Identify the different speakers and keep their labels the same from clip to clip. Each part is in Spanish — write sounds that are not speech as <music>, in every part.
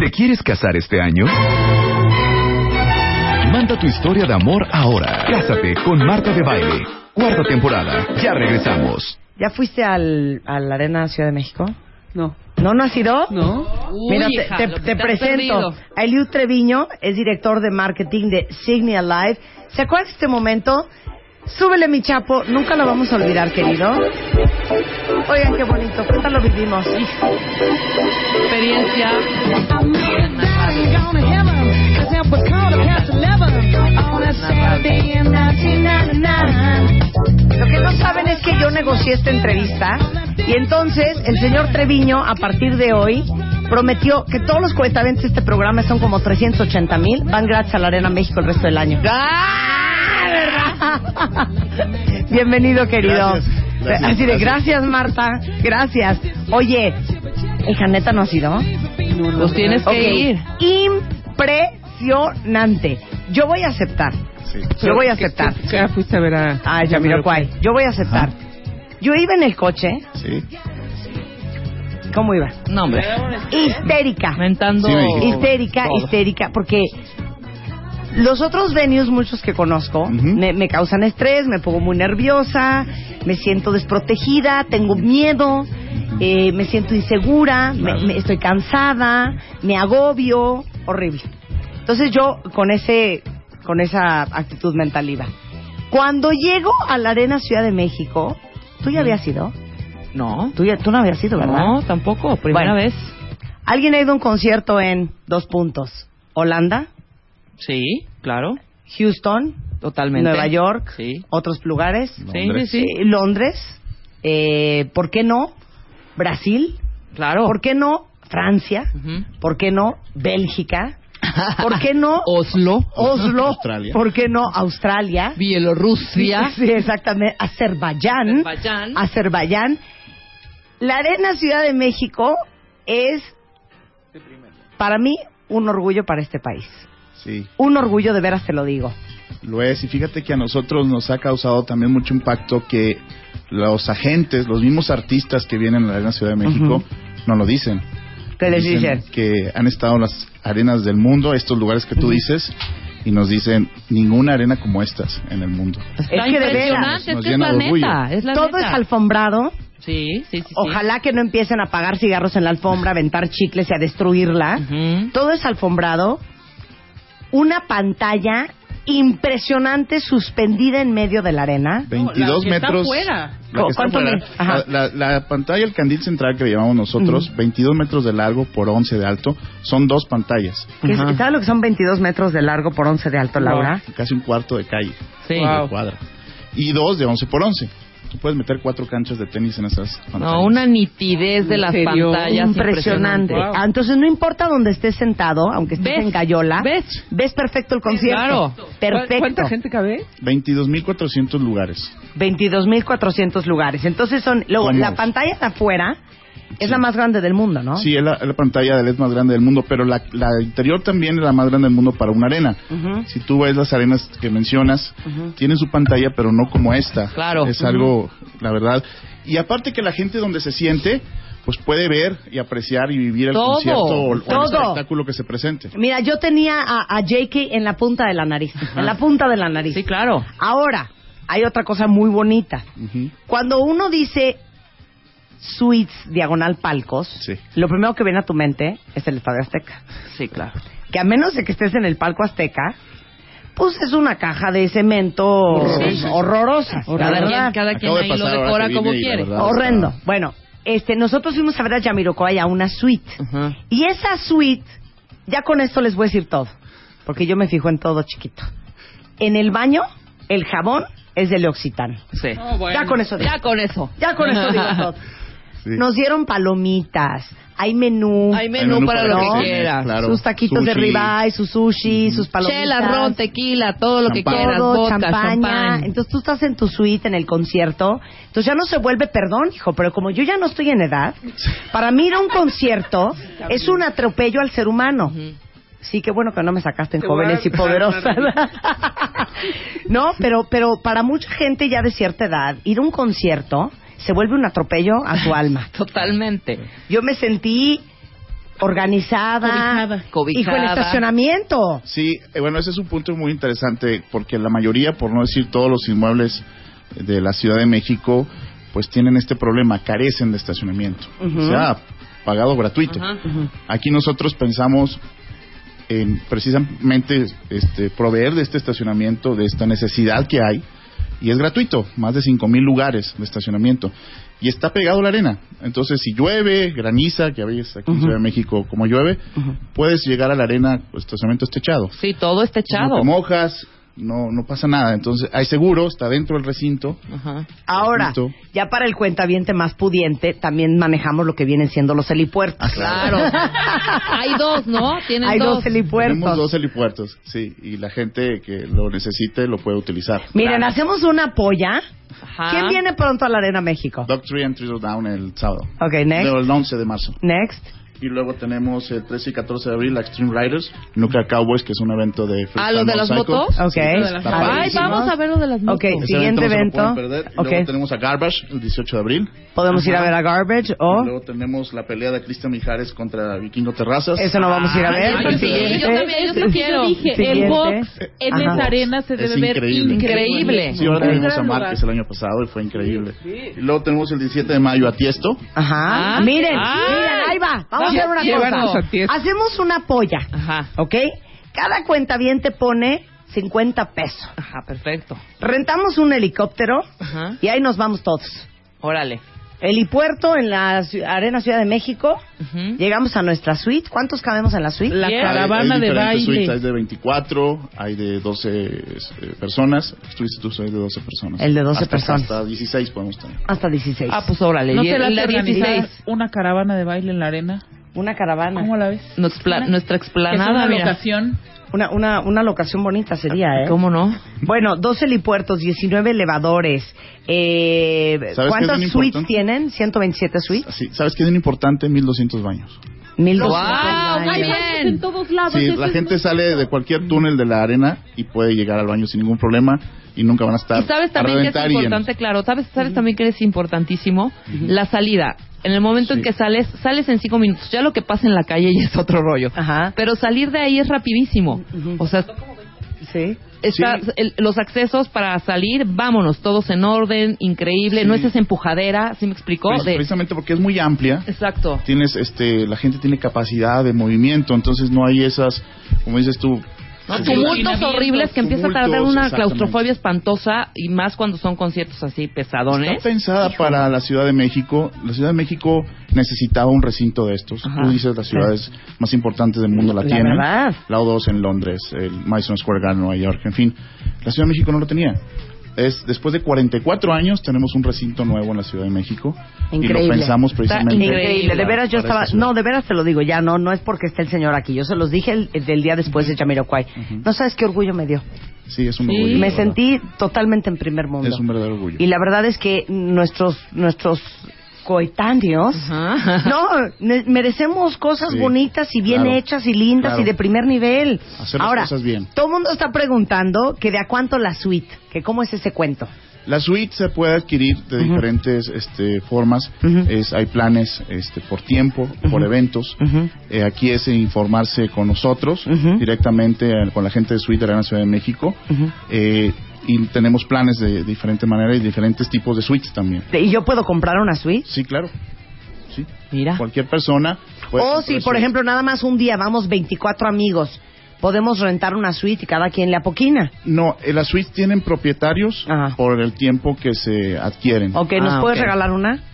Speaker 1: ¿Te quieres casar este año? Manda tu historia de amor ahora. Cásate con Marta de Baile. Cuarta temporada. Ya regresamos.
Speaker 2: ¿Ya fuiste al, a la Arena Ciudad de México?
Speaker 3: No.
Speaker 2: ¿No, no has ido?
Speaker 3: No.
Speaker 2: Mira, te- te, te presento. A Eliud Treviño es director de marketing de Signia Live. ¿Se acuerdan de este momento? Súbele, mi chapo. Nunca lo vamos a olvidar, querido. Oigan, qué bonito. ¿Qué tal lo vivimos?
Speaker 3: Experiencia.
Speaker 2: Lo que no saben es que yo negocié esta entrevista y entonces el señor Treviño, a partir de hoy, prometió que todos los cuentavientes de este programa son como 380 mil, van gratis a la Arena México el resto del año. ¡Ah! ¿Verdad? <laughs> Bienvenido, querido.
Speaker 4: Gracias, gracias,
Speaker 2: Así de
Speaker 4: gracias.
Speaker 2: gracias, Marta. Gracias. Oye, ¿el Janeta no ha sido?
Speaker 3: Pues tienes que
Speaker 2: Ok.
Speaker 3: ir.
Speaker 2: Impresionante. Yo voy a aceptar.
Speaker 4: Sí.
Speaker 2: Yo voy a aceptar.
Speaker 3: Ya fuiste a ver a...
Speaker 2: Ay, Jamiroquai. Yo voy a aceptar. Yo iba en el coche.
Speaker 4: Sí.
Speaker 2: ¿Cómo iba?
Speaker 3: No, hombre.
Speaker 2: Histérica.
Speaker 3: Mentando...
Speaker 4: Sí, me dijiste.
Speaker 2: Histérica,
Speaker 3: Todo.
Speaker 2: histérica. Porque los otros venues, muchos que conozco,
Speaker 4: Ujú.
Speaker 2: me, me causan estrés, me pongo muy nerviosa, me siento desprotegida, tengo miedo, eh, me siento insegura, me- me- estoy cansada, me agobio. Horrible. Entonces yo con ese con esa actitud mental iba. Cuando llego a la Arena Ciudad de México, ¿tú ya habías ido?
Speaker 3: No.
Speaker 2: Tú, ya, tú no habías ido, ¿verdad?
Speaker 3: No, tampoco. Primera
Speaker 2: Bueno.
Speaker 3: vez.
Speaker 2: ¿Alguien ha ido a un concierto en dos puntos? Holanda,
Speaker 3: Sí, claro.
Speaker 2: Houston,
Speaker 3: Totalmente.
Speaker 2: Nueva York,
Speaker 3: Sí.
Speaker 2: otros lugares,
Speaker 3: Sí, sí,
Speaker 4: Londres.
Speaker 3: sí.
Speaker 2: eh, Londres, eh, ¿por qué no? Brasil,
Speaker 3: Claro.
Speaker 2: ¿por qué no? Francia,
Speaker 3: Ujú.
Speaker 2: ¿por qué no? Bélgica, ¿por qué
Speaker 3: <laughs>
Speaker 2: no?
Speaker 3: Oslo,
Speaker 2: Oslo,
Speaker 4: Australia.
Speaker 2: ¿por qué no? Australia,
Speaker 3: Bielorrusia.
Speaker 2: <laughs> Sí, exactamente, Azerbaiyán,
Speaker 3: Azerbaiyán.
Speaker 2: Azerbaiyán. La Arena Ciudad de México es, para mí, un orgullo para este país.
Speaker 4: Sí,
Speaker 2: un orgullo de veras te lo digo.
Speaker 4: lo es. Y fíjate que a nosotros nos ha causado también mucho impacto que los agentes, los mismos artistas que vienen a la Arena Ciudad de México,
Speaker 2: Ujú.
Speaker 4: no lo dicen.
Speaker 2: Te les dicen,
Speaker 4: que han estado en las arenas del mundo, estos lugares que tú
Speaker 2: Ujú.
Speaker 4: dices, y nos dicen ninguna arena como estas en el mundo.
Speaker 2: es
Speaker 3: Está
Speaker 2: que de veras,
Speaker 3: impresionante,
Speaker 4: Nos
Speaker 3: es que es
Speaker 4: llena
Speaker 3: la
Speaker 4: de orgullo.
Speaker 3: neta, Ah, es la
Speaker 2: todo es
Speaker 3: neta.
Speaker 2: alfombrado.
Speaker 3: Sí, sí, sí, sí.
Speaker 2: Ojalá que no empiecen a pagar cigarros en la alfombra, a aventar chicles y a destruirla.
Speaker 3: Ujú.
Speaker 2: Todo es alfombrado. Una pantalla impresionante suspendida en medio de la arena.
Speaker 4: 22
Speaker 3: la que está
Speaker 4: metros.
Speaker 3: fuera.
Speaker 4: La, que está
Speaker 2: ¿Cuánto
Speaker 4: fuera.
Speaker 2: mide? Ajá.
Speaker 4: La- la- la pantalla, el candil central que le llamamos nosotros, 22 metros de largo por 11 de alto, son dos pantallas,
Speaker 2: ¿Qué es- ¿Sabes lo que son 22 metros de largo por 11 de alto, Laura?
Speaker 4: casi un cuarto de calle,
Speaker 3: Sí.
Speaker 4: de cuadra, y dos de 11 por 11. Tú puedes meter cuatro canchas de tenis en esas pantallas.
Speaker 3: No, una nitidez de
Speaker 2: En
Speaker 3: las
Speaker 2: serio,
Speaker 3: pantallas
Speaker 2: impresionante. Ah, Entonces no importa donde estés sentado, aunque estés
Speaker 3: ¿Ves?
Speaker 2: en Gallola,
Speaker 3: ¿Ves?
Speaker 2: perfecto el concierto.
Speaker 3: Claro.
Speaker 2: Perfecto.
Speaker 5: ¿Cuánta gente cabe?
Speaker 4: 22.400 lugares.
Speaker 2: 22.400 lugares. Entonces son luego
Speaker 4: ¿Cómo?
Speaker 2: la pantalla de afuera es la más grande del mundo, ¿no?
Speaker 4: Sí, es la, es la pantalla de LED más grande del mundo, pero la, la interior también es la más grande del mundo para una arena.
Speaker 2: Ujú.
Speaker 4: Si tú ves las arenas que mencionas, tienen su pantalla, pero no como esta.
Speaker 3: Claro.
Speaker 4: Es algo, la verdad. Y aparte que la gente donde se siente, pues puede ver y apreciar y vivir el
Speaker 3: Todo,
Speaker 4: concierto o, o
Speaker 2: todo.
Speaker 4: el espectáculo que se presente.
Speaker 2: Mira, yo tenía a, a JK en la punta de la nariz, en la punta de la nariz.
Speaker 3: Sí, claro.
Speaker 2: Ahora, hay otra cosa muy bonita.
Speaker 4: Ujú.
Speaker 2: Cuando uno dice suites diagonal palcos,
Speaker 4: Sí.
Speaker 2: lo primero que viene a tu mente es el Estadio Azteca.
Speaker 3: Sí, claro.
Speaker 2: Que a menos de que estés en el palco Azteca, pues es una caja de cemento
Speaker 4: Horrorosa.
Speaker 2: horrorosa. La
Speaker 3: Cada
Speaker 2: verdad.
Speaker 3: quien, cada quien
Speaker 4: Acabo de
Speaker 3: ahí lo
Speaker 4: pasar ahora
Speaker 3: decora
Speaker 4: que
Speaker 3: como
Speaker 4: vine y la
Speaker 3: quiere.
Speaker 4: verdad-
Speaker 2: Horrendo. Bueno, este, nosotros fuimos a ver a Yamiroquai a una suite.
Speaker 3: Ajá.
Speaker 2: Y esa suite, ya con esto les voy a decir todo, porque yo me fijo en todo chiquito. En el baño, el jabón es del Occitan.
Speaker 3: Sí.
Speaker 2: Ya con eso digo.
Speaker 3: Ya con eso. <laughs>
Speaker 2: Ya con eso digo todo.
Speaker 4: Sí.
Speaker 2: Nos dieron palomitas, hay menú,
Speaker 3: Hay menú,
Speaker 4: menú
Speaker 3: para, lo
Speaker 2: para
Speaker 3: que
Speaker 2: comer,
Speaker 3: quieras.
Speaker 4: claro.
Speaker 2: sus taquitos de
Speaker 4: Sushi.
Speaker 2: ribeye, sus sushi, sus palomitas.
Speaker 3: Chela, ron, tequila, todo lo que
Speaker 4: Champán.
Speaker 3: quieras.
Speaker 2: todo,
Speaker 3: vodka,
Speaker 2: champaña.
Speaker 3: champán.
Speaker 2: Entonces tú estás en tu suite, en el concierto. Entonces ya no se vuelve, perdón, hijo, pero como yo ya no estoy en edad, para mí ir a un
Speaker 5: <laughs>
Speaker 2: concierto es un atropello al ser humano.
Speaker 3: Ujú.
Speaker 2: Sí, qué bueno que no me sacaste en
Speaker 5: Te voy a
Speaker 2: jóvenes y
Speaker 5: dejar
Speaker 2: poderosas.
Speaker 5: una
Speaker 2: <laughs> no, pero, pero para mucha gente ya de cierta edad, ir a un concierto se vuelve un atropello a su alma.
Speaker 3: Totalmente.
Speaker 2: Yo me sentí organizada,
Speaker 3: Cobijada. Cobijada.
Speaker 2: hijo, en estacionamiento.
Speaker 4: Sí, eh, bueno, ese es un punto muy interesante porque la mayoría, por no decir todos los inmuebles de la Ciudad de México, pues tienen este problema, carecen de estacionamiento.
Speaker 2: Ujú.
Speaker 4: O sea, pagado gratuito.
Speaker 3: Ajá.
Speaker 4: Aquí nosotros pensamos en precisamente este, proveer de este estacionamiento, de esta necesidad que hay, y es gratuito, más de 5.000 lugares de estacionamiento. Y está pegado a la arena. Entonces, si llueve, graniza, que a veces aquí en Ciudad de México como llueve, puedes llegar a la arena, pues, estacionamiento es techado.
Speaker 3: Sí, todo está
Speaker 4: No
Speaker 3: echado.
Speaker 4: te mojas, no, no pasa nada. Entonces, hay seguro, está dentro del recinto.
Speaker 3: Ajá.
Speaker 2: Ahora,
Speaker 4: Justo.
Speaker 2: ya para el cuentaviente más pudiente, también manejamos lo que vienen siendo los helipuertos.
Speaker 4: Ah,
Speaker 2: <laughs>
Speaker 3: Claro. <laughs> Hay dos, ¿no? Tienen
Speaker 2: Hay dos,
Speaker 3: dos.
Speaker 4: Tenemos
Speaker 2: helipuertos.
Speaker 4: dos helipuertos, sí, y la gente que lo necesite lo puede utilizar.
Speaker 2: Miren, hacemos una polla.
Speaker 3: Ajá.
Speaker 2: ¿Quién viene pronto a la Arena México?
Speaker 4: Dog Tree and Trickle Down el sábado.
Speaker 2: Ok, next.
Speaker 4: Luego el 11 de marzo.
Speaker 2: Next.
Speaker 4: Y luego tenemos el 13 y 14 de abril la Extreme Riders, Nuclear Cowboys, que es un evento de
Speaker 3: Ah, ¿lo de las
Speaker 4: motorcycles.
Speaker 3: motos?
Speaker 2: Ok.
Speaker 4: está
Speaker 3: Ay,
Speaker 4: padrísimo.
Speaker 3: vamos a ver lo de las motos.
Speaker 2: Ok,
Speaker 4: Ese
Speaker 2: siguiente
Speaker 4: evento. no se
Speaker 2: evento.
Speaker 4: lo pueden perder. Y
Speaker 2: Ok.
Speaker 4: Luego tenemos a Garbage el 18 de abril.
Speaker 2: Podemos ir a ver a Garbage
Speaker 4: Y
Speaker 2: o.
Speaker 4: luego tenemos la pelea de Cristian Mijares contra Vikingo Terrazas.
Speaker 2: Eso no vamos a ir a
Speaker 3: Ay,
Speaker 2: ver.
Speaker 3: Ah, yo
Speaker 2: pero
Speaker 3: sí,
Speaker 2: siguiente.
Speaker 3: yo también, yo
Speaker 5: Es lo
Speaker 3: sí
Speaker 5: que yo
Speaker 3: quiero.
Speaker 5: dije,
Speaker 2: Siguiente.
Speaker 5: el box en
Speaker 2: Ajá.
Speaker 5: esa arena se
Speaker 4: Es
Speaker 5: debe ver
Speaker 4: increíble.
Speaker 5: increíble.
Speaker 3: Increíble.
Speaker 4: Sí, ahora
Speaker 5: Ok.
Speaker 4: tenemos a
Speaker 5: Gran lugar.
Speaker 4: Márquez el año pasado y fue increíble.
Speaker 5: Sí.
Speaker 4: Y luego tenemos el 17 de mayo a Tiesto.
Speaker 2: Ajá.
Speaker 3: Ah.
Speaker 2: miren,
Speaker 3: Ah.
Speaker 2: miren, ahí va. Vamos a hacer una
Speaker 5: Llévanos
Speaker 2: cosa.
Speaker 5: a ti.
Speaker 2: Hacemos una polla.
Speaker 3: Ajá.
Speaker 2: ¿Ok? Cada cuentaviente pone 50 pesos.
Speaker 3: Ajá, perfecto.
Speaker 2: Rentamos un helicóptero
Speaker 3: Ajá.
Speaker 2: y ahí nos vamos todos.
Speaker 3: Órale.
Speaker 2: Helipuerto en la ci- Arena Ciudad de México.
Speaker 3: Ujú.
Speaker 2: Llegamos a nutra suite. ¿Cuántos cabemos en la suite?
Speaker 5: La
Speaker 3: Bien.
Speaker 4: hay,
Speaker 5: caravana
Speaker 4: hay
Speaker 5: de
Speaker 4: diferentes
Speaker 5: baile.
Speaker 4: suites, hay de 24, hay de 12 eh, personas. Suites tú soy de 12 personas.
Speaker 2: El de 12
Speaker 4: Hasta-
Speaker 2: personas.
Speaker 4: Hasta 16 podemos tener.
Speaker 2: Hasta 16.
Speaker 3: Ah, pues órale.
Speaker 5: ¿No
Speaker 3: Die-
Speaker 5: te la
Speaker 3: la 16.
Speaker 5: una caravana de baile en la arena?
Speaker 2: Una caravana.
Speaker 5: ¿Cómo la ves?
Speaker 3: Nos pla- nuestra
Speaker 5: Que es una
Speaker 3: explanada, mira.
Speaker 5: locación.
Speaker 2: Una, una, una locación bonita sería, ¿eh?
Speaker 3: ¿Cómo no?
Speaker 2: Bueno, dos helipuertos, 19 elevadores. Eh,
Speaker 4: ¿Sabes qué es
Speaker 2: ¿Cuántas
Speaker 4: bien
Speaker 2: suites
Speaker 4: importante?
Speaker 2: tienen? ¿127 suites?
Speaker 4: Así, ¿Sabes qué es bien importante? 1200 baños.
Speaker 2: 1200
Speaker 3: ¡Guau!
Speaker 2: baños.
Speaker 3: Muy
Speaker 5: Hay
Speaker 3: bien.
Speaker 5: baños en todos
Speaker 3: Ah,
Speaker 5: lados.
Speaker 4: Sí,
Speaker 5: eso
Speaker 4: la
Speaker 5: es
Speaker 4: gente
Speaker 5: muy-
Speaker 4: sale de cualquier túnel de la arena y puede llegar al baño sin ningún problema y nunca van a estar
Speaker 3: Y sabes
Speaker 4: a
Speaker 3: también que
Speaker 4: reventar
Speaker 3: es
Speaker 4: y llenos.
Speaker 3: importante, claro, sabes, sabes también que es importantísimo la salida. En el momento en
Speaker 4: Sí.
Speaker 3: que sales, sales en cinco minutos. Ya lo que pasa en la calle ya es otro rollo.
Speaker 2: Ajá.
Speaker 3: Pero salir de ahí es rapidísimo.
Speaker 2: Ujú.
Speaker 3: O sea,
Speaker 2: Sí.
Speaker 3: está
Speaker 4: Sí.
Speaker 3: el- los accesos para salir, vámonos, todos en orden, increíble.
Speaker 4: Sí.
Speaker 3: No es esa empujadera, ¿sí me explicó?
Speaker 4: Pues,
Speaker 3: De-
Speaker 4: Precisamente porque es muy amplia.
Speaker 3: Exacto.
Speaker 4: Tienes, este, la gente tiene capacidad de movimiento, entonces no hay esas, como dices tú, pues,
Speaker 3: No,
Speaker 4: Sí.
Speaker 3: tumultos horribles que empieza a tardar
Speaker 4: Tumultos,
Speaker 3: una
Speaker 4: exactamente.
Speaker 3: claustrofobia espantosa y más cuando son conciertos así pesadones.
Speaker 2: ¿eh?
Speaker 4: Está pensada para la Ciudad de México. La Ciudad de México necesitaba un recinto de estos.
Speaker 3: Ajá.
Speaker 4: Tú dices las ciudades más importantes del mundo la,
Speaker 2: La
Speaker 4: tienen.
Speaker 2: verdad.
Speaker 4: La O2 en Londres, el Madison Square Garden en Nueva York, en fin. La Ciudad de México no lo tenía. Es, después de 44 años tenemos un recinto nuevo en la Ciudad de México y lo
Speaker 2: Increíble.
Speaker 4: pensamos precisamente.
Speaker 2: Increíble, de
Speaker 4: para-
Speaker 2: veras yo
Speaker 4: para
Speaker 2: estaba,
Speaker 4: esta ciudad.
Speaker 2: no, de veras te lo digo, ya no, no es porque esté el señor aquí, yo se los dije el, el del día después de Jamiroquai. No sabes qué orgullo me dio.
Speaker 4: Sí, es un
Speaker 3: Sí.
Speaker 4: orgullo,
Speaker 3: Y
Speaker 4: la
Speaker 2: Me
Speaker 4: verdad.
Speaker 2: sentí totalmente en primer mundo.
Speaker 4: Es un verdadero orgullo.
Speaker 2: Y la verdad es que nuestros nuestros coetáneos
Speaker 3: Ajá.
Speaker 2: no ne- merecemos cosas
Speaker 4: Sí,
Speaker 2: bonitas y bien
Speaker 4: claro,
Speaker 2: hechas y lindas
Speaker 4: claro.
Speaker 2: y de primer nivel.
Speaker 4: Hacer las
Speaker 2: Ahora,
Speaker 4: cosas bien.
Speaker 2: todo el mundo está preguntando que de a cuánto la suite, que cómo es ese cuento.
Speaker 4: La suite se puede adquirir de
Speaker 2: Ujú.
Speaker 4: diferentes este, formas.
Speaker 2: Ujú.
Speaker 4: es, hay planes este, por tiempo, por
Speaker 2: Ujú.
Speaker 4: eventos. Eh, aquí es informarse con nosotros,
Speaker 2: Ujú.
Speaker 4: directamente eh, con la gente de Suite de la Gran Ciudad de México.
Speaker 2: Ujú.
Speaker 4: Eh, y tenemos planes de diferente manera y diferentes tipos de suites también.
Speaker 2: ¿Y yo puedo comprar una suite?
Speaker 4: Sí, claro. Sí.
Speaker 3: Mira.
Speaker 4: Cualquier persona. puede
Speaker 2: o
Speaker 4: comprar
Speaker 2: si,
Speaker 4: su-
Speaker 2: por ejemplo, nada más un día vamos 24 amigos, podemos rentar una suite y cada quien le apoquina.
Speaker 4: No, eh, las suites tienen propietarios
Speaker 2: Ajá.
Speaker 4: por el tiempo que se adquieren.
Speaker 2: Ok, ¿nos
Speaker 3: Ah,
Speaker 2: puedes
Speaker 3: ok.
Speaker 2: regalar una?
Speaker 4: <laughs>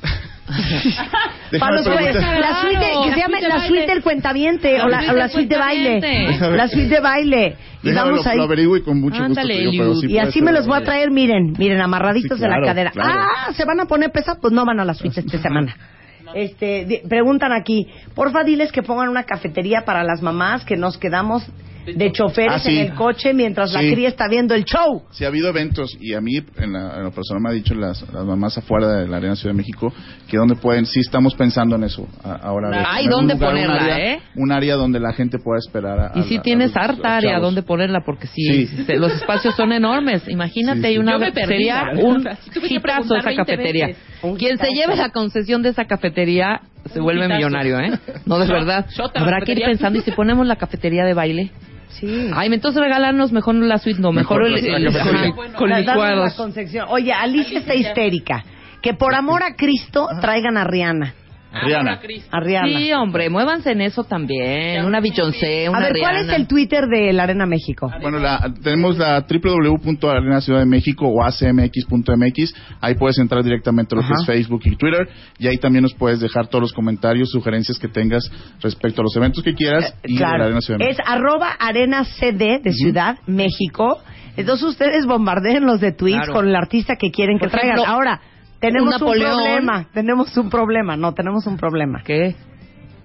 Speaker 4: Déjame
Speaker 2: Para los
Speaker 4: preguntar-
Speaker 2: jueves. La suite, de- que se llame
Speaker 5: Claro.
Speaker 2: la suite del cuentaviente
Speaker 3: La
Speaker 2: o la,
Speaker 3: suite
Speaker 2: o
Speaker 3: del
Speaker 2: la suite de baile.
Speaker 3: cuentaviente.
Speaker 2: La suite de baile. Y
Speaker 4: déjame
Speaker 2: vamos
Speaker 4: lo,
Speaker 2: ahí.
Speaker 4: lo averiguo y con mucho
Speaker 3: Ándale,
Speaker 4: gusto. te digo, pero
Speaker 3: Eliud.
Speaker 4: sí
Speaker 2: Y
Speaker 4: puede
Speaker 2: así
Speaker 4: ser
Speaker 2: me
Speaker 4: de
Speaker 2: los voy a
Speaker 4: manera.
Speaker 2: traer, miren, miren, amarraditos
Speaker 4: Sí, claro,
Speaker 2: de la cadera.
Speaker 4: claro. <laughs>
Speaker 2: Ah, se van a poner pesas, pues no van a la suite esta semana. Este, di- preguntan aquí, porfa diles que pongan una cafetería para las mamás que nos quedamos de choferes
Speaker 4: Ah, sí.
Speaker 2: en el coche mientras la
Speaker 4: Sí.
Speaker 2: cría está viendo el show.
Speaker 4: Sí, ha habido eventos, y a mí, en la, en lo personal, me ha dicho las, las mamás afuera de la Arena Ciudad de México que donde pueden, sí estamos pensando en eso a- ahora. de
Speaker 3: Ay,
Speaker 4: poner un
Speaker 3: ¿dónde
Speaker 4: lugar, un
Speaker 3: ponerla,
Speaker 4: área-
Speaker 3: eh?
Speaker 4: Un área donde la gente pueda esperar. A,
Speaker 3: Y
Speaker 4: a
Speaker 3: sí
Speaker 4: la-
Speaker 3: tienes
Speaker 4: a los-
Speaker 3: harta
Speaker 4: a los
Speaker 3: área
Speaker 4: chavos.
Speaker 3: donde ponerla, porque sí,
Speaker 4: Sí.
Speaker 3: se- los espacios son enormes. Imagínate,
Speaker 4: Sí, sí.
Speaker 3: y una
Speaker 5: Yo me perdí, la
Speaker 3: sería
Speaker 5: verdad. O
Speaker 3: un
Speaker 5: sea, sí tuve que
Speaker 3: hitazo
Speaker 5: preguntar
Speaker 3: esa
Speaker 5: 20
Speaker 3: cafetería.
Speaker 5: veces.
Speaker 2: Un
Speaker 3: Quien se
Speaker 2: hitazo.
Speaker 3: lleve la concesión de esa cafetería se
Speaker 5: Un
Speaker 3: vuelve
Speaker 5: hitazo.
Speaker 3: millonario, ¿eh? No, de
Speaker 5: Shot,
Speaker 3: verdad.
Speaker 5: shot a la
Speaker 3: Habrá que ir
Speaker 5: cafetería. Hmm.
Speaker 3: pensando, ¿y si ponemos la cafetería de baile?
Speaker 2: Sí.
Speaker 3: Ay, entonces regalarnos mejor la suite, no, mejor,
Speaker 4: Mejor
Speaker 3: el-
Speaker 4: la
Speaker 3: el-
Speaker 4: cafetería.
Speaker 3: ajá,
Speaker 5: Bueno,
Speaker 3: con
Speaker 2: La- dame la
Speaker 3: licuados.
Speaker 2: concepción. Oye, Alicia está histérica. Que por amor a Cristo traigan a Rihanna.
Speaker 4: Rihanna.
Speaker 2: A Rihanna.
Speaker 3: Sí, hombre, muévanse en eso también. Una Beyoncé, una
Speaker 2: a ver, ¿cuál es
Speaker 3: Rihanna.
Speaker 2: el Twitter de la Arena México?
Speaker 4: Bueno, la- tenemos la www.arenaciudadmexico o acmx.mx. Ahí puedes entrar directamente a lo que
Speaker 2: Ajá.
Speaker 4: es Facebook y Twitter. Y ahí también nos puedes dejar todos los comentarios, sugerencias que tengas respecto a los eventos que quieras
Speaker 3: Eh,
Speaker 4: y de la Arena Ciudad de
Speaker 2: Eh, es
Speaker 4: México.
Speaker 2: arroba arena CD de Ciudad México. Entonces ustedes bombardeen los de tweets
Speaker 3: Claro.
Speaker 2: con el artista que quieren
Speaker 3: Por
Speaker 2: que traigan.
Speaker 3: ejemplo,
Speaker 2: Ahora, tenemos
Speaker 3: un Napoleón.
Speaker 2: un problema. Tenemos un problema. No, tenemos un problema.
Speaker 3: ¿Qué?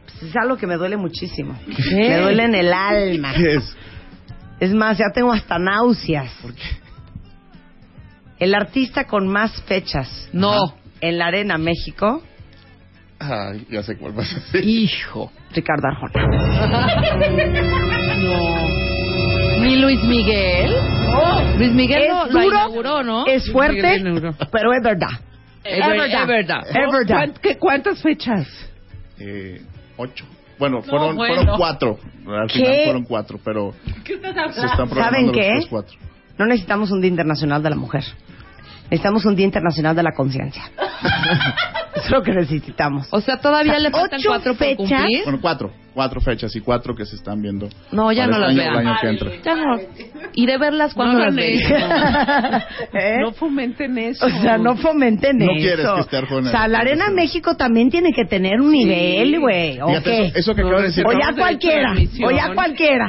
Speaker 2: Pues es algo que me duele muchísimo.
Speaker 3: ¿Qué?
Speaker 2: Me duele en el alma.
Speaker 4: ¿Qué es?
Speaker 2: Es más, ya tengo hasta náuseas. El artista con más fechas
Speaker 3: No.
Speaker 2: en la Arena México,
Speaker 4: Ay, ya sé cuál va a
Speaker 3: <laughs>
Speaker 4: ser. Oh.
Speaker 3: Hijo.
Speaker 2: Ricardo Arjona.
Speaker 3: Ni Luis Miguel. Luis Miguel lo,
Speaker 2: Es
Speaker 3: lo
Speaker 2: duro,
Speaker 3: inauguró, ¿no?
Speaker 2: es fuerte, pero es verdad.
Speaker 3: Es ver- es verdad.
Speaker 2: Es verdad.
Speaker 5: ¿Cuántas fechas?
Speaker 4: <laughs> Eh, ocho. Bueno, fueron,
Speaker 5: bueno.
Speaker 4: fueron cuatro. Al
Speaker 2: ¿Qué?
Speaker 4: final fueron cuatro, pero se están programando
Speaker 2: ¿Saben
Speaker 4: los
Speaker 2: qué?
Speaker 4: otros cuatro.
Speaker 2: No necesitamos un Día Internacional de la Mujer. Necesitamos un Día Internacional de la
Speaker 4: <laughs>
Speaker 2: Conciencia. es lo que necesitamos. <laughs>
Speaker 3: O sea, todavía
Speaker 2: O sea,
Speaker 3: le faltan
Speaker 2: ocho
Speaker 3: cuatro
Speaker 2: fechas.
Speaker 3: por cumplir.
Speaker 4: Bueno, cuatro. Cuatro fechas y cuatro que se están viendo.
Speaker 3: No, ya
Speaker 4: para
Speaker 3: no
Speaker 4: este
Speaker 3: las
Speaker 4: año, el
Speaker 3: vean.
Speaker 4: año que entra.
Speaker 3: Ya no. Y de verlas cuando
Speaker 5: No
Speaker 3: las
Speaker 5: gané.
Speaker 4: <laughs>
Speaker 3: vean.
Speaker 2: ¿Eh?
Speaker 5: No fomenten eso.
Speaker 2: O sea, no fomenten
Speaker 4: No
Speaker 2: eso.
Speaker 4: quieres que esté Arjona.
Speaker 2: O sea, la Arena México también tiene que tener un nivel, güey. ¿O
Speaker 4: Fíjate,
Speaker 2: qué?
Speaker 4: eso, eso que acabo de decir.
Speaker 2: O
Speaker 4: acabo-
Speaker 2: ya cualquiera. O ya cualquiera.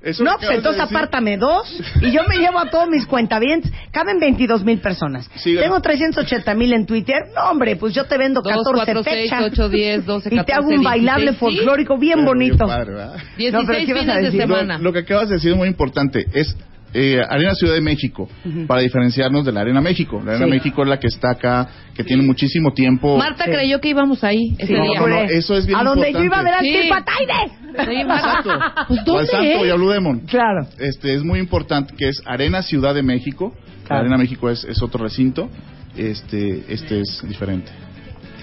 Speaker 4: eso que
Speaker 2: No,
Speaker 4: acabas
Speaker 2: pues
Speaker 4: de
Speaker 2: entonces
Speaker 4: decir-
Speaker 2: apártame dos y yo me llevo a todos mis cuentavientes. Caben 22 mil personas.
Speaker 4: Sí, bueno.
Speaker 2: Tengo 380 mil en Twitter. No, hombre, pues yo te vendo
Speaker 3: Dos,
Speaker 2: 14
Speaker 3: cuatro, seis,
Speaker 2: fechas.
Speaker 3: ocho, diez, doce,
Speaker 2: Y te hago un
Speaker 3: 14,
Speaker 2: bailable
Speaker 3: 16, ¿sí?
Speaker 2: folclórico bien
Speaker 4: Pero
Speaker 2: bonito.
Speaker 4: padre, ¿verdad?
Speaker 3: 16
Speaker 2: No, pero ¿qué ibas a
Speaker 3: fines de
Speaker 2: decir?
Speaker 3: semana.
Speaker 4: Lo, lo que acabas de decir es muy importante. Es eh, Arena Ciudad de México, para diferenciarnos de la Arena México. La Arena
Speaker 2: Sí.
Speaker 4: México es la que está acá, que tiene muchísimo tiempo.
Speaker 3: Marta
Speaker 2: Sí.
Speaker 3: creyó que íbamos ahí ese
Speaker 4: No,
Speaker 3: día.
Speaker 4: no, no, eso es bien
Speaker 2: A donde yo
Speaker 4: importante.
Speaker 2: iba a ver al
Speaker 3: Sí.
Speaker 2: Tirpa Taide.
Speaker 3: Sí, Marta.
Speaker 2: Ah,
Speaker 3: Pues,
Speaker 4: O al
Speaker 3: ¿dónde
Speaker 4: Santo
Speaker 3: es?
Speaker 4: y a Blue Demon.
Speaker 2: <laughs> Claro.
Speaker 4: Este, es muy importante que es Arena Ciudad de México.
Speaker 2: Claro.
Speaker 4: La Arena México es, es otro recinto. Este, este es diferente.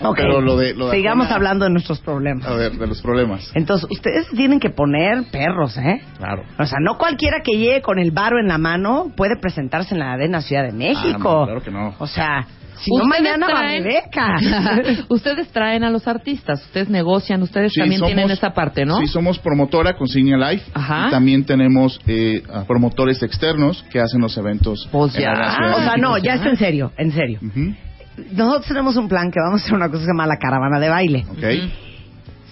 Speaker 2: Ok.
Speaker 4: Pero lo de- lo de
Speaker 2: Sigamos
Speaker 4: Arjona-
Speaker 2: hablando de nuestros problemas.
Speaker 4: A ver, de los problemas.
Speaker 2: Entonces, ustedes tienen que poner perros, ¿eh?
Speaker 4: Claro.
Speaker 2: O sea, no cualquiera que llegue con el varo en la mano puede presentarse en la Arena Ciudad de México.
Speaker 4: Ah, no, claro que no.
Speaker 2: O sea, si no
Speaker 3: Ustedes
Speaker 2: mañana va
Speaker 3: traen-
Speaker 2: Rebeca.
Speaker 3: <laughs> ustedes traen a los artistas, ustedes negocian, ustedes
Speaker 4: Sí,
Speaker 3: también tienen
Speaker 4: somos-
Speaker 3: esa parte, ¿no?
Speaker 4: Sí, somos promotora con Signia Life.
Speaker 3: Ajá.
Speaker 4: Y también tenemos eh, a promotores externos que hacen los eventos.
Speaker 3: <laughs> Pues
Speaker 4: en
Speaker 3: ya.
Speaker 4: la ciudad de
Speaker 2: Ah, o sea, no,
Speaker 4: México.
Speaker 2: ya es en serio, en serio.
Speaker 4: Ujú,
Speaker 2: Nosotros tenemos un plan que vamos a hacer una cosa que se llama la caravana de baile.
Speaker 4: ok.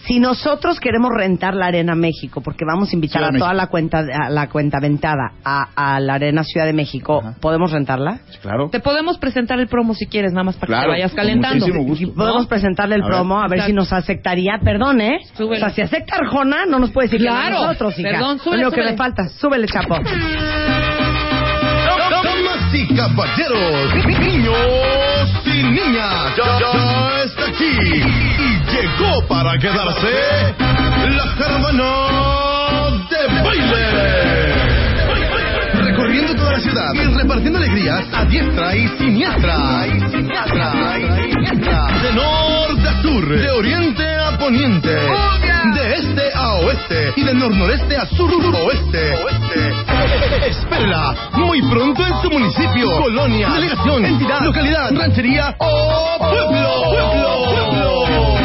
Speaker 2: Si nosotros queremos rentar la Arena México, porque vamos a invitar
Speaker 4: Ciudad
Speaker 2: a
Speaker 4: de
Speaker 2: toda
Speaker 4: México.
Speaker 2: la cuenta a la cuenta ventada a, a la Arena Ciudad de México,
Speaker 4: Ajá.
Speaker 2: ¿podemos rentarla?
Speaker 4: Sí, claro.
Speaker 3: Te podemos presentar el promo si quieres, nada más para
Speaker 4: Claro,
Speaker 3: que te vayas
Speaker 4: con
Speaker 3: calentando.
Speaker 4: muchísimo gusto.
Speaker 2: Y podemos
Speaker 3: No.
Speaker 2: presentarle el
Speaker 4: A ver.
Speaker 2: promo a ver si
Speaker 3: Exacto.
Speaker 2: nos aceptaría. Perdón, ¿eh?
Speaker 3: Súbele.
Speaker 2: O sea, si acepta Arjona, no nos puede decir que
Speaker 3: Claro.
Speaker 2: no a nosotros, hija.
Speaker 3: Perdón, súbele,
Speaker 2: Lo que
Speaker 3: súbele.
Speaker 2: le falta. Súbele, chapo.
Speaker 1: Damas y caballeros, niños y niñas, ya, ya está aquí y llegó para quedarse la caravana de baile. Recorriendo toda la ciudad y repartiendo alegrías a diestra y siniestra. Y siniestra, y siniestra. De norte a sur, de oriente a poniente, de este a oeste y de nornoreste a suroeste. Oeste. Espérala muy pronto en su municipio, colonia, delegación, entidad, localidad, ranchería o pueblo. Pueblo, pueblo.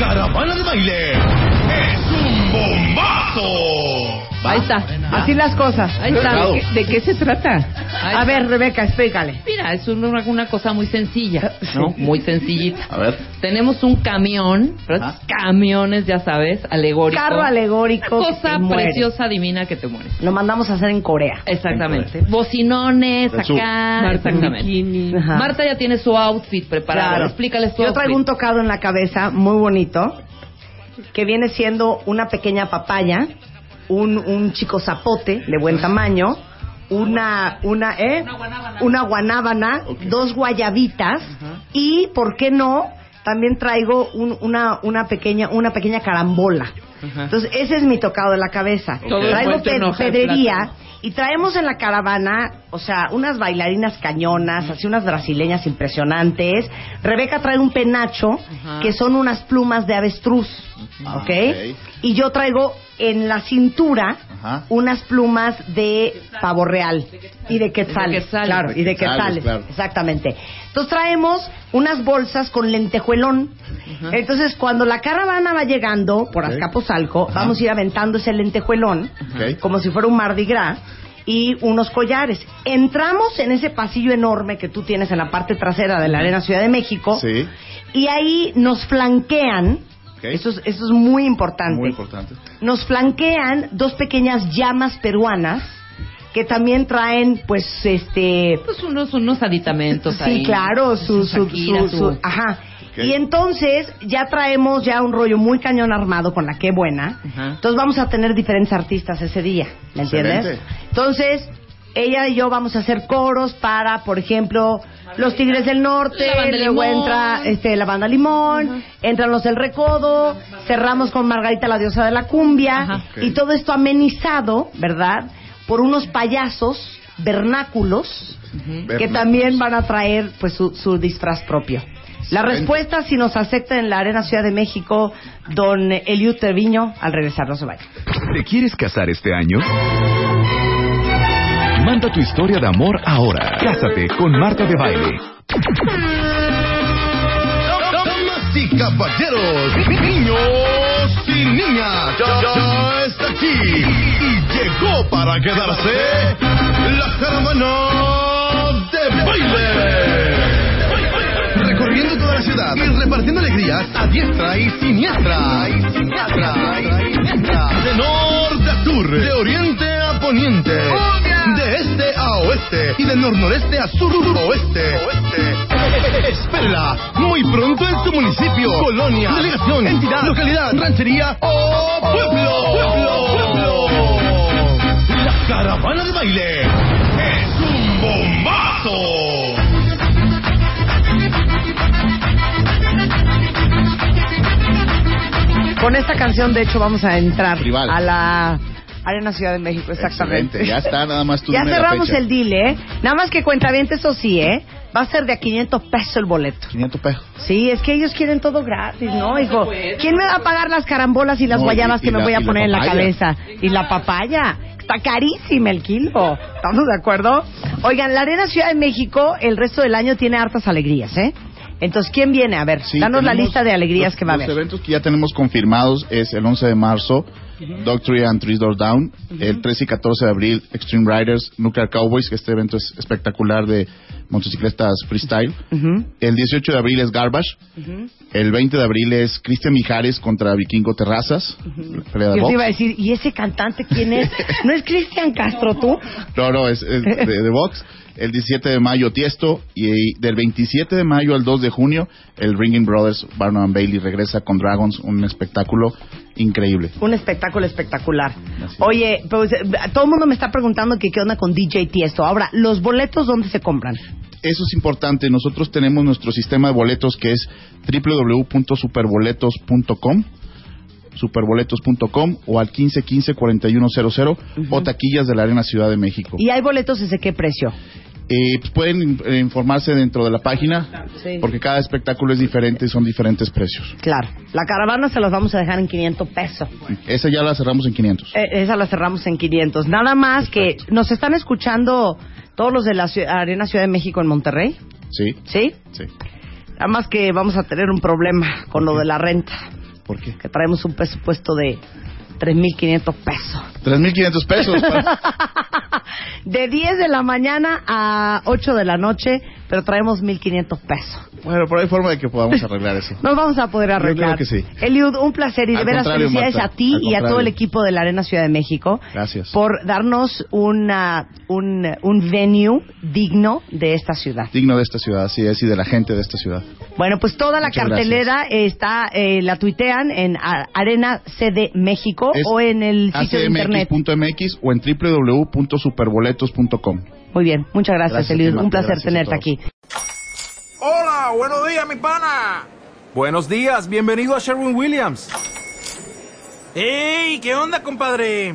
Speaker 1: La caravana de baile es un bombazo.
Speaker 3: Ay, Ahí está.
Speaker 2: Ah. Así las cosas.
Speaker 3: Ahí está.
Speaker 5: ¿De qué- ¿De qué se trata?
Speaker 3: Ahí
Speaker 2: A
Speaker 3: está.
Speaker 2: ver, Rebeca, explícale.
Speaker 3: Mira, es una, una cosa
Speaker 4: <laughs>
Speaker 3: muy sencilla, ¿no? Muy sencillita.
Speaker 4: A ver.
Speaker 3: Tenemos un camión, ¿verdad?
Speaker 4: Ajá.
Speaker 3: camiones, ya sabes, alegórico.
Speaker 2: Carro alegórico. que te
Speaker 3: Cosa
Speaker 2: mueres.
Speaker 3: preciosa, divina que te mueres.
Speaker 2: Lo mandamos a hacer en Corea.
Speaker 3: Exactamente. Bocinones,
Speaker 4: Del sur.
Speaker 3: acá. exactamente.
Speaker 5: Bikini.
Speaker 2: Ajá.
Speaker 3: Marta ya tiene su outfit preparado.
Speaker 2: Claro.
Speaker 3: Explícales tu
Speaker 2: Yo traigo un
Speaker 3: outfit.
Speaker 2: tocado en la cabeza muy bonito que viene siendo una pequeña papaya, un, un chico zapote de buen tamaño, una una ¿eh? una guanábana, dos guayabitas y por qué no también traigo un- una una pequeña una pequeña carambola.
Speaker 3: Ajá.
Speaker 2: Entonces ese es mi tocado de la cabeza.
Speaker 3: Todo
Speaker 2: Traigo
Speaker 3: envuelto en
Speaker 2: pe-
Speaker 3: hoja de
Speaker 2: pedrería
Speaker 3: plátano.
Speaker 2: y traemos en la caravana, o sea, unas bailarinas cañonas, así unas brasileñas impresionantes. Rebeca trae un penacho,
Speaker 3: Ajá.
Speaker 2: que son unas plumas de avestruz,
Speaker 4: Ajá.
Speaker 2: ¿ok?
Speaker 4: Ah, Ok.
Speaker 2: Y yo traigo en la cintura
Speaker 4: Ajá.
Speaker 2: unas plumas de pavo real y de quetzales,
Speaker 3: De quetzales.
Speaker 2: claro, y de
Speaker 4: De quetzales,
Speaker 2: quetzales,
Speaker 4: claro.
Speaker 2: exactamente. Entonces traemos unas bolsas con lentejuelón. Entonces, cuando la caravana va llegando por
Speaker 4: Ok.
Speaker 2: Azcapotzalco,
Speaker 4: Ajá.
Speaker 2: vamos a ir aventando ese lentejuelón
Speaker 4: Ok.
Speaker 2: como si fuera un Mardi Gras y unos collares. Entramos en ese pasillo enorme que tú tienes en la parte trasera de la Arena Ciudad de México
Speaker 4: Sí.
Speaker 2: y ahí nos flanquean,
Speaker 4: Ok.
Speaker 2: eso, es, eso es muy importante,
Speaker 4: Muy importante.
Speaker 2: nos flanquean dos pequeñas llamas peruanas que también traen, pues, este,
Speaker 3: Pues unos, unos aditamentos
Speaker 2: sí,
Speaker 3: ahí.
Speaker 2: claro, su, su,
Speaker 3: Shakira,
Speaker 2: su- su-
Speaker 3: su-
Speaker 2: ajá.
Speaker 4: Ok.
Speaker 2: Y entonces ya traemos ya un rollo muy cañón armado con la que buena.
Speaker 3: Ajá.
Speaker 2: Entonces vamos a tener diferentes artistas ese día, ¿me entiendes?
Speaker 4: Excelente.
Speaker 2: Entonces ella y yo vamos a hacer coros para, por ejemplo, los Tigres del Norte,
Speaker 3: La banda
Speaker 2: luego
Speaker 3: Limón.
Speaker 2: entra este, la banda Limón, entran los del Recodo, cerramos con Margarita la diosa de la cumbia
Speaker 3: Ajá.
Speaker 4: Ok.
Speaker 2: y todo esto amenizado, ¿verdad? Por unos payasos vernáculos que
Speaker 4: Vernáculos.
Speaker 2: también van a traer pues su, su disfraz propio. La
Speaker 4: Excelente.
Speaker 2: respuesta, si nos acepta en la Arena Ciudad de México, don Eliu Terviño, al regresar, no se vaya.
Speaker 6: ¿Te quieres casar este año? Manda tu historia de amor ahora. Cásate con Marta de Baile.
Speaker 1: Damas y caballeros, niños y niñas, ya, ya está aquí y llegó para quedarse la caravana de baile. Recorriendo toda la ciudad y repartiendo alegrías a diestra y siniestra. Y siniestra, y siniestra. De norte a sur, de oriente a poniente, de este a oeste y de nornoreste a suroeste. <laughs> Espera, muy pronto en tu municipio, colonia, delegación, entidad, localidad, ranchería o pueblo, pueblo, pueblo. La caravana de baile es un bombazo.
Speaker 2: Con esta canción, de hecho, vamos a entrar
Speaker 4: Rival.
Speaker 2: a la Arena Ciudad de México, exactamente.
Speaker 4: Excelente, Ya está, nada más tú
Speaker 2: Ya
Speaker 4: dime la
Speaker 2: cerramos
Speaker 4: fecha.
Speaker 2: el deal, ¿eh? Nada más que cuenta bien, eso sí, ¿eh? Va a ser de a 500 pesos el boleto.
Speaker 4: 500 pesos.
Speaker 2: Sí, es que ellos quieren todo gratis, ¿no, hijo? ¿Quién me va a pagar las carambolas y las
Speaker 4: No, y-
Speaker 2: guayabas
Speaker 4: y
Speaker 2: que me
Speaker 4: la-
Speaker 2: voy a
Speaker 4: y la
Speaker 2: poner en la
Speaker 4: papaya.
Speaker 2: cabeza? Y la papaya. Está carísima el kilo. ¿Estamos de acuerdo? Oigan, la Arena Ciudad de México el resto del año tiene hartas alegrías, ¿eh? Entonces, ¿quién viene? A ver,
Speaker 4: Sí,
Speaker 2: danos la
Speaker 4: tenemos
Speaker 2: lista de alegrías
Speaker 4: los-
Speaker 2: que va a haber.
Speaker 4: Los eventos que ya tenemos confirmados es el 11 de marzo, Doctrine and Three Doors Down. El 13 y 14 de abril, Extreme Riders, Nuclear Cowboys, que este evento es espectacular de motocicletas freestyle.
Speaker 2: Ujú.
Speaker 4: El 18 de abril es Garbage. El 20 de abril es Cristian Mijares contra Vikingo Terrazas. pelea de
Speaker 2: Yo te
Speaker 4: box.
Speaker 2: iba a decir, ¿y ese cantante
Speaker 4: <laughs>
Speaker 2: quién es? ¿No es Cristian Castro tú?
Speaker 4: No, no, es,
Speaker 2: <laughs>
Speaker 4: es de, de box. El 17 de mayo Tiesto y, del 27 de mayo al 2 de junio el Ringing Brothers Barnum and Bailey regresa con Dragons, un espectáculo increíble.
Speaker 2: Un espectáculo espectacular.
Speaker 4: Así es.
Speaker 2: Oye, pues eh, todo el mundo me está preguntando que qué onda con DJ Tiesto. Ahora, ¿los boletos dónde se compran?
Speaker 4: Eso es importante. Nosotros tenemos nuestro sistema de boletos que es www.superboletos.com superboletos.com o al 1515-4100 o taquillas de la Arena Ciudad de México.
Speaker 2: ¿Y hay boletos desde qué precio?
Speaker 4: Eh, pues pueden eh, informarse dentro de la página
Speaker 2: Sí.
Speaker 4: porque cada espectáculo es diferente y son diferentes precios.
Speaker 2: Claro, la caravana se los vamos a dejar en 500 pesos.
Speaker 4: Pues. Esa ya la cerramos en 500.
Speaker 2: Eh, esa la cerramos en 500. Nada más que nos están escuchando todos los de la ciu- Arena Ciudad de México en Monterrey,
Speaker 4: Sí,
Speaker 2: ¿sí?
Speaker 4: sí.
Speaker 2: Nada más que vamos a tener un problema con lo de la renta,
Speaker 4: ¿Por qué?
Speaker 2: que traemos un presupuesto de 3.500 pesos.
Speaker 4: 3.500 pesos. pues.
Speaker 2: <laughs>
Speaker 4: pa-
Speaker 2: De 10 de la mañana a 8 de la noche, pero traemos 1.500 pesos.
Speaker 4: bueno, pero hay forma de que podamos arreglar eso.
Speaker 2: Nos vamos a poder arreglar.
Speaker 4: creo que sí.
Speaker 2: Eliud, un placer y de
Speaker 4: Al
Speaker 2: veras
Speaker 4: contrario,
Speaker 2: felicidades
Speaker 4: Marta,
Speaker 2: a ti
Speaker 4: al
Speaker 2: y a todo
Speaker 4: contrario.
Speaker 2: el equipo de la Arena Ciudad de México.
Speaker 4: Gracias.
Speaker 2: Por darnos una, un, un venue digno de esta ciudad.
Speaker 4: Digno de esta ciudad, así es, y de la gente de esta ciudad.
Speaker 2: Bueno, pues toda la
Speaker 4: Muchas
Speaker 2: cartelera está, eh, la tuitean en a- Arena CD México
Speaker 4: Es
Speaker 2: o en el sitio de internet.
Speaker 4: acmx.mx o en www.superboletos.com.
Speaker 2: Muy bien, muchas gracias,
Speaker 4: Gracias a ti,
Speaker 2: Eliud. Un
Speaker 4: Marta,
Speaker 2: placer
Speaker 4: gracias a
Speaker 2: tenerte
Speaker 4: todos.
Speaker 2: aquí.
Speaker 7: Hola, buenos días, mi pana.
Speaker 8: Buenos días, bienvenido a Sherwin Williams.
Speaker 7: ¡Ey! ¿Qué onda, compadre?